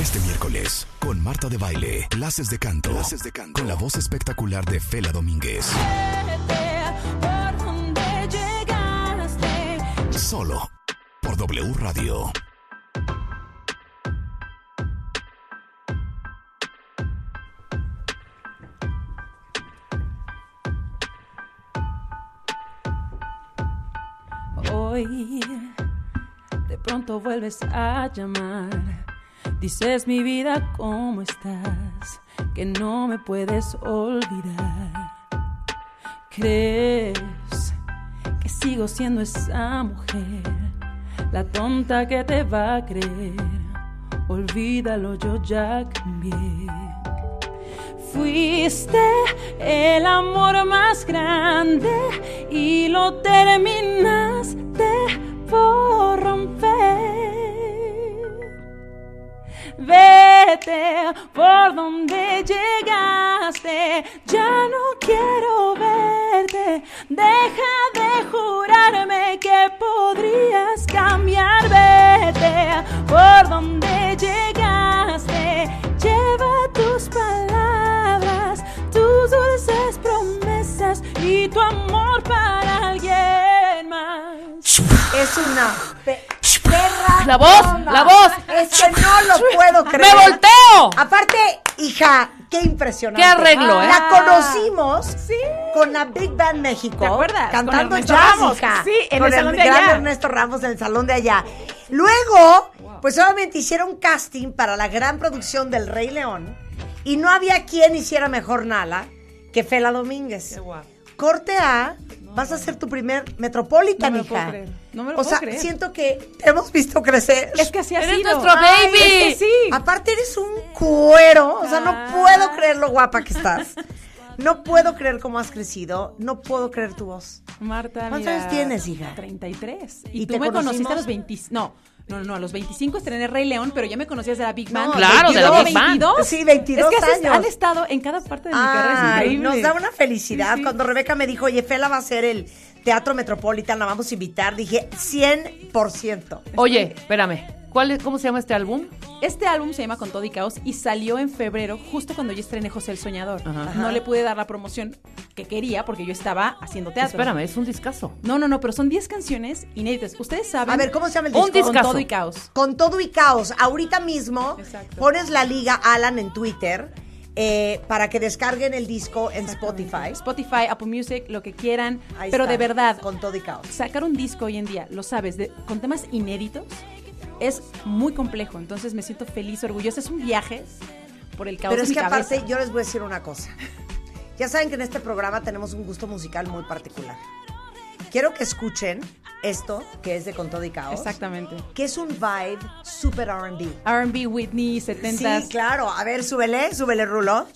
Este miércoles, con Marta de Baile, clases de canto, clases de canto. con la voz espectacular de Fela Domínguez. por donde llegaste. Solo por W Radio. Hoy de pronto vuelves a llamar. Dices mi vida, ¿cómo estás? Que no me puedes olvidar. ¿Crees que sigo siendo esa mujer? La tonta que te va a creer. Olvídalo, yo ya cambié. Fuiste el amor más grande y lo terminaste por romper. Vete por donde llegaste, ya no quiero verte. Deja de jurarme que podrías cambiar. Vete por donde llegaste, lleva tus palabras, tus dulces promesas y tu amor para alguien más. Es una pe- perra. La voz, bomba. la voz. Es que no lo puedo ¡Me creer. volteo! Aparte, hija, qué impresionante. ¡Qué arreglo, eh! La conocimos con la Big Band México. Ah. ¿Te acuerdas? Cantando Con Ernesto jazz, Ramos. hija. Sí, en Con el salón de gran allá. Ernesto Ramos en el salón de allá. Luego, pues obviamente hicieron casting para la gran producción del Rey León y no había quien hiciera mejor Nala que Fela Domínguez. Corte A, vas a ser tu primer Metropolitan, No me lo hija. puedo creer. No me lo o puedo sea, creer. siento que te hemos visto crecer. Es que así ha Eres sido. nuestro baby. Es que sí. Aparte eres un cuero, o sea, no puedo creer lo guapa que estás. No puedo creer cómo has crecido, no puedo creer tu voz. Marta, ¿Cuántos mira, años tienes, hija? 33. Y, ¿Y tú te me conociste conocimos? a los 20. No, no, no, a los 25 estrené Rey León, pero ya me conocías de la Big Band. claro, de la Big Band. 22. Sí, 22 es que has est- años. han estado en cada parte de mi carrera. Es Ay, increíble. nos da una felicidad. Sí, sí. Cuando Rebeca me dijo, oye, Fela va a ser el Teatro Metropolitan, la vamos a invitar, dije, 100%. Oye, espérame. ¿Cuál es, ¿Cómo se llama este álbum? Este álbum se llama Con Todo y Caos y salió en febrero, justo cuando yo estrené José el Soñador. Ajá. No le pude dar la promoción que quería porque yo estaba haciendo teatro. Espérame, es un discazo. No, no, no, pero son 10 canciones inéditas. Ustedes saben. A ver, ¿cómo se llama el Un disco? Con discazo. Todo y Caos. con todo y caos. Ahorita mismo Exacto. pones la liga Alan en Twitter eh, para que descarguen el disco en Spotify. Spotify, Apple Music, lo que quieran. Ahí pero está, de verdad, Con todo y caos. sacar un disco hoy en día, lo sabes, de- con temas inéditos, es muy complejo. Entonces me siento feliz, orgullosa. Es un viaje por el caos Pero de es mi que cabeza. aparte, yo les voy a decir una cosa. Ya saben que en este programa tenemos un gusto musical muy particular. Quiero que escuchen esto, que es de Con todo y caos. Exactamente. Que es un vibe super R&B. R&B, Whitney, 70s. Sí, claro. A ver, súbele, súbele, Rulo.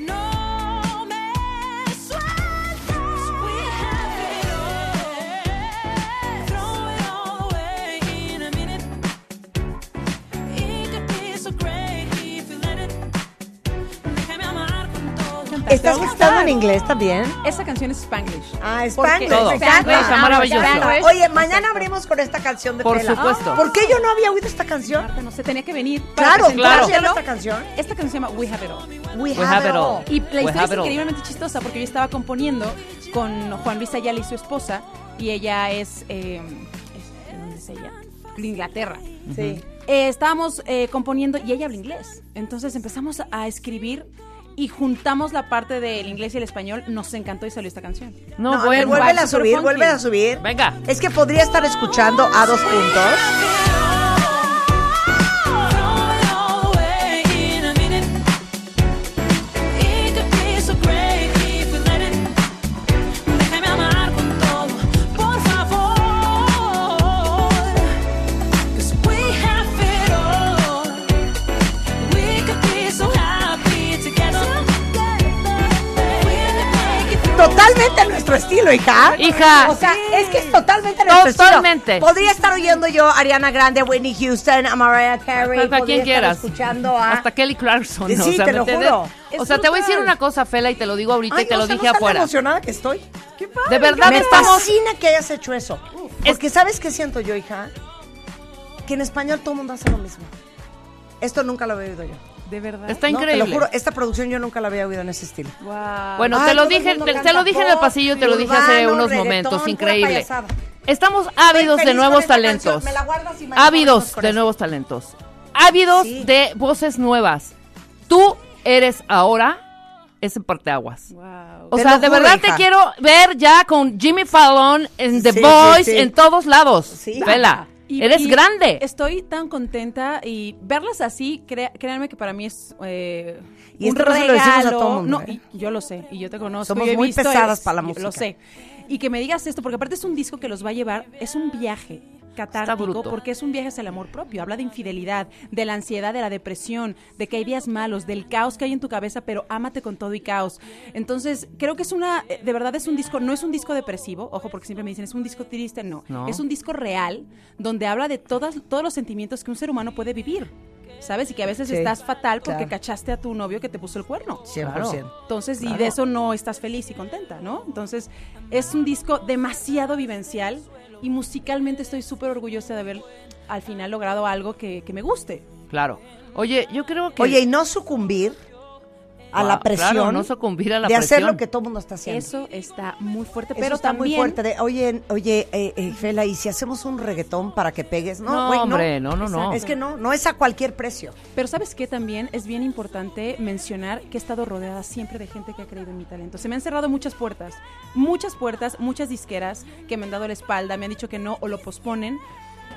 No me sueltes. We have it all. Throw it all away in a minute. It could be so great if you let it. Déjame amar con todo. Canta, ¿Estás te va a cantando en gustar. inglés también? Esa canción es Spanglish. Ah, Porque- Spanglish, Todo. exacto. Spanglish, está maravilloso. Exacto. Oye, mañana abrimos con esta canción de Por Tela. supuesto. ¿Por qué yo no había oído esta canción? Marta, no sé, tenía que venir. para Claro, claro. presentárselo. ¿Cómo se llama esta canción? Esta canción se llama We Have It All. We, have it all. Y We la historia es have it all. increíblemente chistosa porque yo estaba componiendo con Juan Luis Ayala y su esposa, y ella es. eh, es- ¿de ¿Dónde es ella? De Inglaterra. Sí. Eh, estábamos eh, componiendo y ella habla inglés. Entonces empezamos a escribir y juntamos la parte del inglés y el español. Nos encantó y salió esta canción. No, a ver, bueno. vuélvela a super subir, funky. vuélvela a subir. Venga. Es que podría estar escuchando a dos puntos. Throw it all away in a minute. It could be so great if we let it. Déjame amar con todo, por favor. 'Cause we have it all. We could be so happy together. We could make it through. Totalmente nuestro estilo, hija. Hija. O sea, es que es totalmente nuestro estilo. Totalmente. Podría estar oyendo yo a Ariana Grande, Whitney Houston, a Mariah Carey. Hasta podría quien estar quieras. escuchando a... Hasta Kelly Clarkson. Sí, o sea, te ¿me lo entiendes? juro. O sea, te voy a decir una cosa, Fela, y te lo digo ahorita Ay, y te o lo sea, ¿no dije estás afuera. emocionada que estoy. De verdad me estamos. fascina que hayas hecho eso. Es- Es que sabes qué siento yo, hija, que en español todo el mundo hace lo mismo. Esto nunca lo había oído yo. De verdad. Está No, increíble. Te lo juro, esta producción yo nunca la había oído en ese estilo. Guau. Ah. Bueno, Ay, te lo todo el dije, mundo te, te canta lo dije en el pop, pasillo, te lo dije hace urbano, unos reggaetón, momentos, pura increíble. payasada. Estamos Estoy ávidos feliz de con nuevos esta canción, talentos. me la guardas y mañana hablamos Ávidos con de eso. nuevos talentos. Ávidos Sí. de voces nuevas. Tú eres ahora ese parteaguas. Guau. O Te sea, lo de juro, verdad hija. te quiero ver ya con Jimmy Fallon, en The Sí, sí, Voice, sí. en todos lados. Sí. Vela, Y- eres y grande. Estoy tan contenta y verlas así, crea- créanme que para mí es eh, Y un esto no se lo decimos a regalo. todo mundo, no, ¿eh? y yo lo sé, y yo te conozco. Somos yo he muy visto, pesadas es- para la yo música. Lo sé. Y que me digas esto, porque aparte es un disco que los va a llevar, es un viaje catártico, bruto. porque es un viaje hacia el amor propio. Habla de infidelidad, de la ansiedad, de la depresión, de que hay días malos, del caos que hay en tu cabeza, pero ámate con todo y caos. Entonces, creo que es una, eh, de verdad es un disco, no es un disco depresivo, ojo, porque siempre me dicen, es un disco triste, No. no. es un un disco real donde habla de todas, todos los sentimientos que un ser humano puede vivir. ¿Sabes? Y que a veces Sí, estás fatal porque claro. cachaste a tu novio que te puso el cuerno. 100%. Entonces, y de eso no estás feliz y contenta, ¿no? Entonces, es un disco demasiado vivencial y musicalmente estoy súper orgullosa de haber al final logrado algo que, que me guste. Claro. Oye, yo creo que. Oye, y no sucumbir a Ah, la presión Claro, no sucumbir a la de presión. hacer lo que todo el mundo está haciendo. Eso está muy fuerte, Eso pero está también... muy fuerte. de, oye, oye, eh, eh, Fela, ¿y si hacemos un reggaetón para que pegues? No, No, güey, hombre, no, no, Oh. no. Es que no, no es a cualquier precio. Pero sabes que también es bien importante mencionar que he estado rodeada siempre de gente que ha creído en mi talento. Se me han cerrado muchas puertas, muchas puertas, muchas disqueras que me han dado la espalda, me han dicho que no o lo posponen.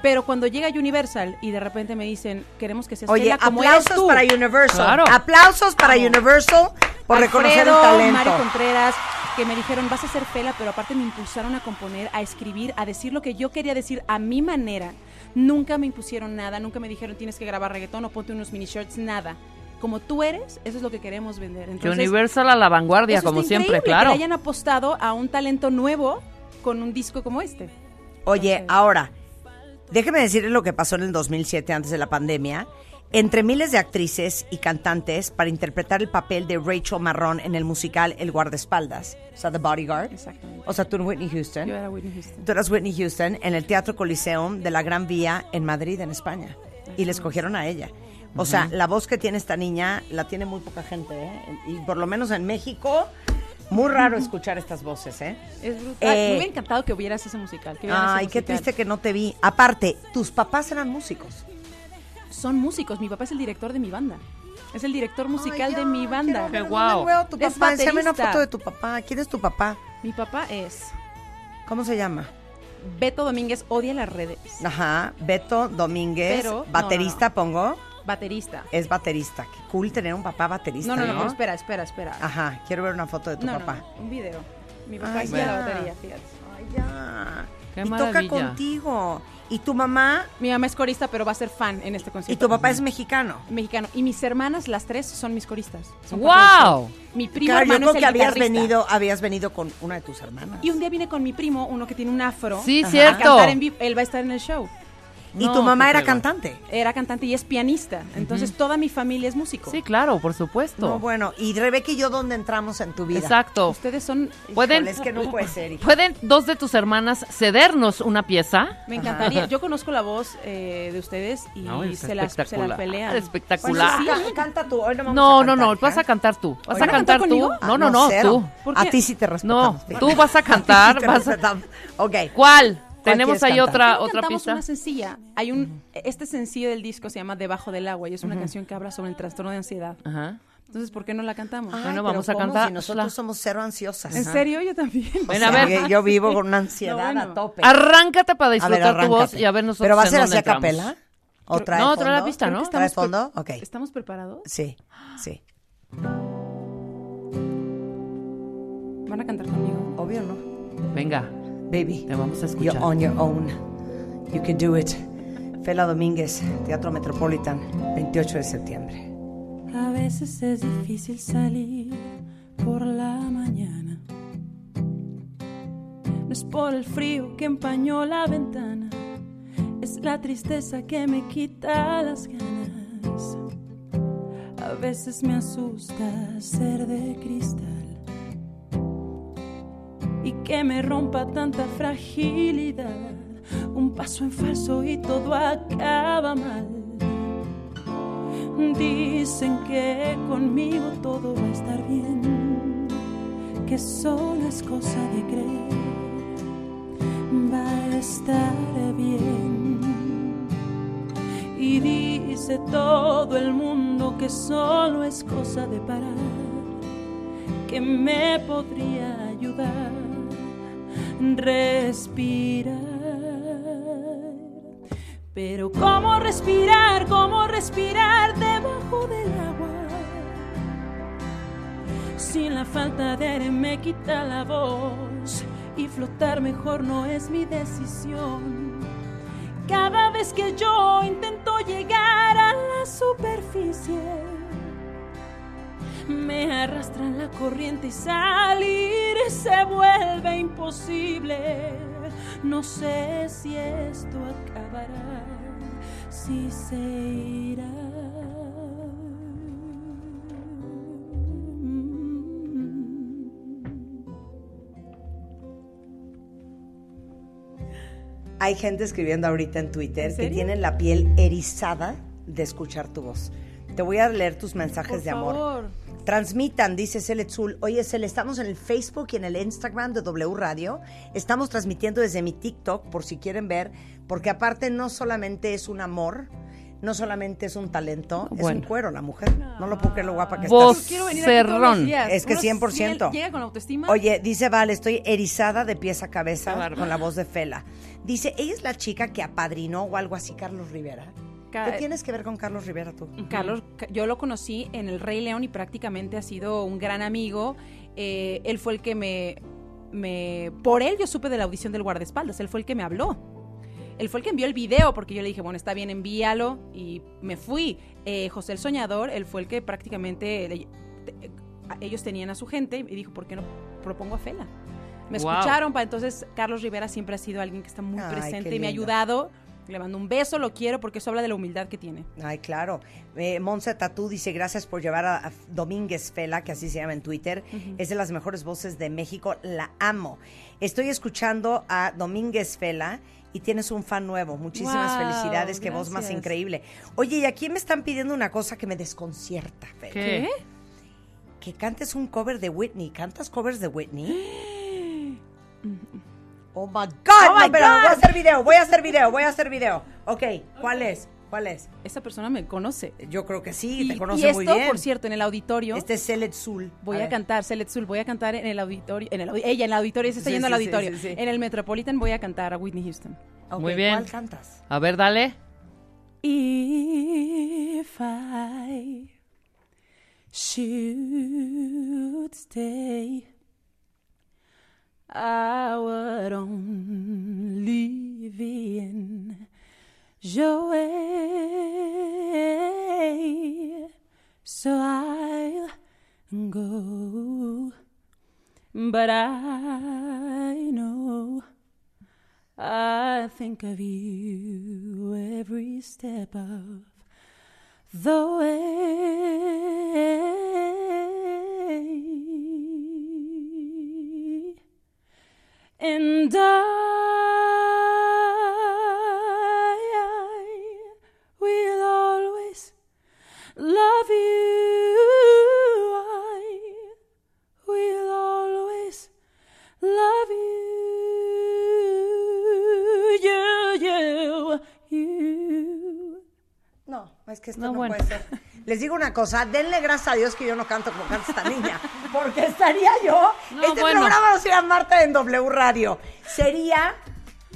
Pero cuando llega Universal y de repente me dicen, queremos que seas Oye, Fela como eres aplausos tú. para Universal. Claro. Aplausos para Vamos. Universal por reconocer el Alfredo, talento. Mario Contreras, que me dijeron, vas a ser Fela, pero aparte me impulsaron a componer, a escribir, a decir lo que yo quería decir a mi manera. Nunca me impusieron nada, nunca me dijeron, tienes que grabar reggaetón o ponte unos mini shirts, nada. Como tú eres, eso es lo que queremos vender. Entonces, Universal a la vanguardia, eso como está siempre, increíble, claro. Que le hayan apostado a un talento nuevo con un disco como este. Oye, Entonces- ahora, déjeme decirles lo que pasó en el 2007 antes de la pandemia. Entre miles de actrices y cantantes para interpretar el papel de Rachel Marrón en el musical El Guardaespaldas, o sea, The Bodyguard. Exactamente. O sea, tú eres Whitney Houston. Yo era Whitney Houston. Tú eras Whitney Houston en el Teatro Coliseum de la Gran Vía en Madrid, en España. Y le escogieron a ella. O sea, la voz que tiene esta niña la tiene muy poca gente, ¿eh? Y por lo menos en México, muy raro escuchar estas voces, ¿eh? Es brutal. Eh, me hubiera encantado que hubieras ese musical. que vieran ese Ay, qué musical. triste que no te vi. Aparte, tus papás eran músicos. Son músicos. Mi papá es el director de mi banda. Es el director musical Ay, ya, de mi banda. quiero ver. Mándame Qué guau. luego tu Es papá. Enséñame una baterista. foto de tu papá. ¿Quién es tu papá? Mi papá es ¿Cómo se llama? Beto Domínguez, odia las redes. Ajá, Beto Domínguez, Pero- no, no, baterista, pongo. Baterista. Es baterista. Qué cool tener un papá baterista. No, no, no, ¿no? pero espera, espera, espera. Ajá, quiero ver una foto de tu no, no, papá. no, Ah, un video. Mi papá Ay, es la ya. batería, fíjate. Ay, ya. Qué y toca maravilla. contigo. Y tu mamá Mi mamá es corista, pero va a ser fan en este concierto. y tu papá es mexicano. mexicano. Y mis hermanas, las tres, son mis coristas. Son ¡Wow! cuatro de mis- Mi primo claro, yo hermano creo es el que habías guitarrista. venido, habías venido con una de tus hermanas. Y un día vine con mi primo, uno que tiene un afro. Sí, a cierto. cantar en vivo. Él va a estar en el show. Y No, tu mamá qué era pena. cantante. Era cantante y es pianista. Entonces toda mi familia es músico. Sí, claro, por supuesto. No, bueno, y Rebeca y yo, ¿dónde entramos en tu vida? Exacto. Ustedes son. Pueden, Híjole, es que no puede ser, hija. pueden dos de tus hermanas cedernos una pieza. Me encantaría. Yo conozco la voz eh, de ustedes y No, es se, las, se espectacular. las pelean. Espectacular. Bueno, sí, ca- canta tú, hoy no vamos No, a no, cantar, no, hija. vas a cantar tú. ¿Vas ¿Van a a cantar cantar tú? conmigo? No, no, no, Ah, cero. tú. ¿Por A qué? ti sí te respetamos. No, tú vas a cantar, A ti sí te vas a- respetamos. Ok. ¿Cuál? quieres Tenemos ahí cantar? ¿Por otra qué no otra cantamos pista. una sencilla. Hay un este sencillo del disco se llama Debajo del agua y es una canción que habla sobre el trastorno de ansiedad. Ajá. Entonces, ¿por qué no la cantamos? Ay, Bueno, pero vamos a ¿cómo? cantar. Si nosotros La- somos cero ansiosas. ¿En serio? Yo también. O Ven a sea, ver. que Yo vivo con una ansiedad No, bueno. a tope. Arráncate para A ver, disfrutar tu voz arráncate. y a ver nosotros Pero va a en ser dónde así a entramos. capela. ¿O trae No, fondo? trae la pista, ¿no? ¿Trae Estamos fondo? Ok. ¿Estamos preparados? Sí, sí. ¿Van a cantar conmigo? Obvio no. Venga, Baby, te vamos a escuchar. you're on your own. You can do it. Fela Domínguez, Teatro Metropolitan, 28 de septiembre. A veces es difícil salir por la mañana. No es por el frío que empañó la ventana, es la tristeza que me quita las ganas. A veces me asusta ser de cristal y que me rompa tanta fragilidad. Un paso en falso y todo acaba mal. Dicen que conmigo todo va a estar bien, que solo es cosa de creer, va a estar bien. Y dice todo el mundo que solo es cosa de parar, que me podría ayudar, respirar. Pero cómo respirar, cómo respirar debajo del agua. Si la falta de aire me quita la voz y flotar mejor no es mi decisión. Cada vez que yo intento llegar a la superficie, me arrastra la corriente y salir se vuelve imposible. No sé si esto acabará, si se irá. Hay gente escribiendo ahorita en Twitter que serio? tienen la piel erizada de escuchar tu voz. Te voy a leer tus mensajes Por de amor. favor. Transmitan, dice Celetzul. Oye, Cel, estamos en el Facebook y en el Instagram de W Radio. Estamos transmitiendo desde mi TikTok, por si quieren ver, porque aparte no solamente es un amor, no solamente es un talento, es un Bueno. cuero la mujer. No lo puedo creer lo guapa que Vos- estás. Quiero venir aquí todos los Cerrón. días. Es que Uno 100%. Llega con autoestima. Oye, dice Val, estoy erizada de pies a cabeza Qué bárbaro. con la voz de Fela. Dice, ella es la chica que apadrinó o algo así Carlos Rivera. Ca- ¿Qué tienes que ver con Carlos Rivera tú? Carlos, ca- yo lo conocí en El Rey León y prácticamente ha sido un gran amigo. Eh, él fue el que me, me... Por él yo supe de la audición del guardaespaldas, él fue el que me habló. Él fue el que envió el video porque yo le dije, bueno, está bien, envíalo y me fui. Eh, José el Soñador, él fue el que prácticamente... le- te- a- ellos tenían a su gente y dijo, ¿por qué no propongo a Fela? Me Wow. escucharon, para entonces Carlos Rivera siempre ha sido alguien que está muy Ay, qué presente y me ha lindo. ayudado. Le mando un beso, lo quiero porque eso habla de la humildad que tiene. Ay, claro. Eh, Monse Tatú dice, gracias por llevar a, a Domínguez Fela, que así se llama en Twitter. Es de las mejores voces de México. La amo. Estoy escuchando a Domínguez Fela y tienes un fan nuevo. Muchísimas Wow, felicidades. Qué voz más gracias. increíble. Oye, y aquí me están pidiendo una cosa que me desconcierta, Fela. ¿Qué? Que cantes un cover de Whitney. ¿Cantas covers de Whitney? Oh my God. Oh my no, pero God. voy a hacer video, voy a hacer video, voy a hacer video. Ok, ¿cuál es? ¿Cuál es? Esa persona me conoce. Yo creo que sí, te conoce esto, muy bien. por cierto, en el auditorio. Este es Celet Zul. voy a, ver. cantar, Celet Zul, voy a cantar en el auditorio. En el, audi- ella en el auditorio, se está Sí, yendo sí, al sí, auditorio. sí, sí. En el Metropolitan voy a cantar a Whitney Houston. Ok, Muy bien. ¿Cuál cantas? A ver, dale. If I should stay, I would only be in your way. So I'll go, but I know. I think of you every step of the way. And I will always love you. I will always love you, you, you, you. No, es que esto no, No, bueno. puede ser. Les digo una cosa, denle gracias a Dios que yo no canto como canta esta niña, porque estaría yo. No, este bueno. programa no sería Marta en W Radio, sería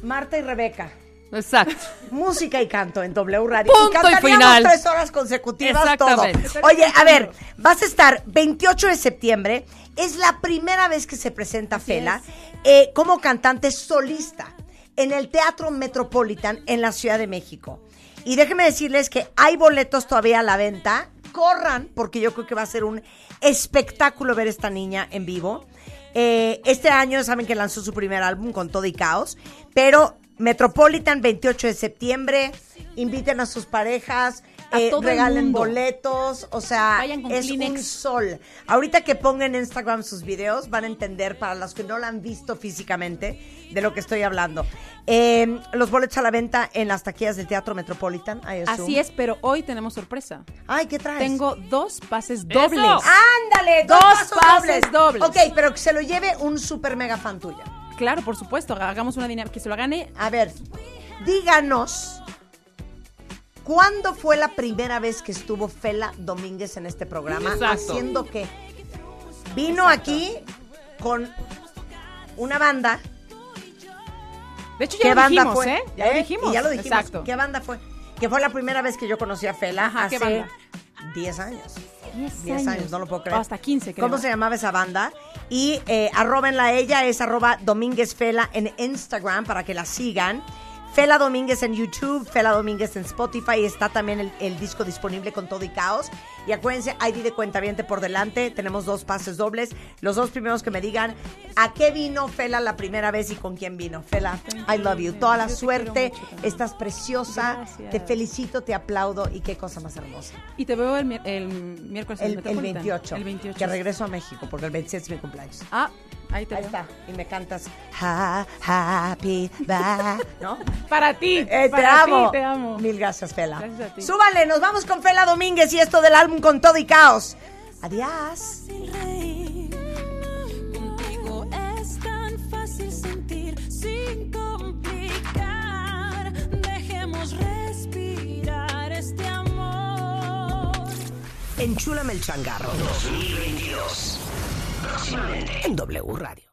Marta y Rebeca. Exacto. Música y canto en W Radio. Punto y cantaríamos final. tres horas consecutivas todo. Exactamente. Oye, a ver, vas a estar 28 de septiembre. Es la primera vez que se presenta Fela eh, como cantante solista en el Teatro Metropolitan en la Ciudad de México. Y déjenme decirles que hay boletos todavía a la venta. Corran, porque yo creo que va a ser un espectáculo ver esta niña en vivo. Eh, este año saben que lanzó su primer álbum con todo y caos, pero Metropolitan 28 de septiembre, inviten a sus parejas, A eh, todo el regalen mundo. boletos, o sea, Vayan con es un Kleenex. sol. Ahorita que ponga en Instagram sus videos, van a entender, para los que no la han visto físicamente, de lo que estoy hablando. Eh, los boletos a la venta en las taquillas del Teatro Metropolitan. I assume. Así es, pero hoy tenemos sorpresa. Ay, ¿qué traes? Tengo dos pases dobles. Ándale, dos, Dos pasos pases dobles. dobles. Ok, pero que se lo lleve un super mega fan tuyo. Claro, por supuesto, hagamos una dinámica que se lo gane. A ver, díganos. ¿Cuándo fue la primera vez que estuvo Fela Domínguez en este programa? Exacto. ¿Haciendo qué? Vino aquí con una banda. De hecho, ya ¿Qué lo banda dijimos, fue? ¿eh? Ya lo ¿Eh? dijimos. Y ya lo dijimos. Exacto. ¿Qué banda fue? Que fue la primera vez que yo conocí a Fela Ajá, ¿qué hace banda? 10 años. 10 10 años, no lo puedo creer. Hasta 15, creo. ¿Cómo se llamaba esa banda? Y eh, arrobenla a ella, es arroba Domínguez Fela en Instagram para que la sigan. Fela Domínguez en YouTube, Fela Domínguez en Spotify, está también el, el disco disponible con todo y caos. Y acuérdense, ID de cuenta por delante, tenemos dos pases dobles. Los dos primeros que me digan a qué vino Fela la primera vez y con quién vino. Fela, I love you, toda la Yo te suerte, quiero mucho también. estás preciosa, Gracias. te felicito, te aplaudo y qué cosa más hermosa. Y te veo el, mi- Pues el miércoles en El, el Metropolitan. 28. El 28. Que regreso a México porque el 27 es mi cumpleaños. Ah, ahí te Ahí veo. está. Y me cantas "Ha- Happy Birthday", ¿No? Para ti. Eh, te para ti, amo. te amo. Mil gracias, Fela. Gracias a ti. Súbale, nos vamos con Fela Domínguez y esto del álbum con todo y caos. Adiós. Sin reír, contigo es tan fácil sentir sin complicar. Dejemos respirar este amor. Enchúlame el changarro 2022. Próximamente en W Radio.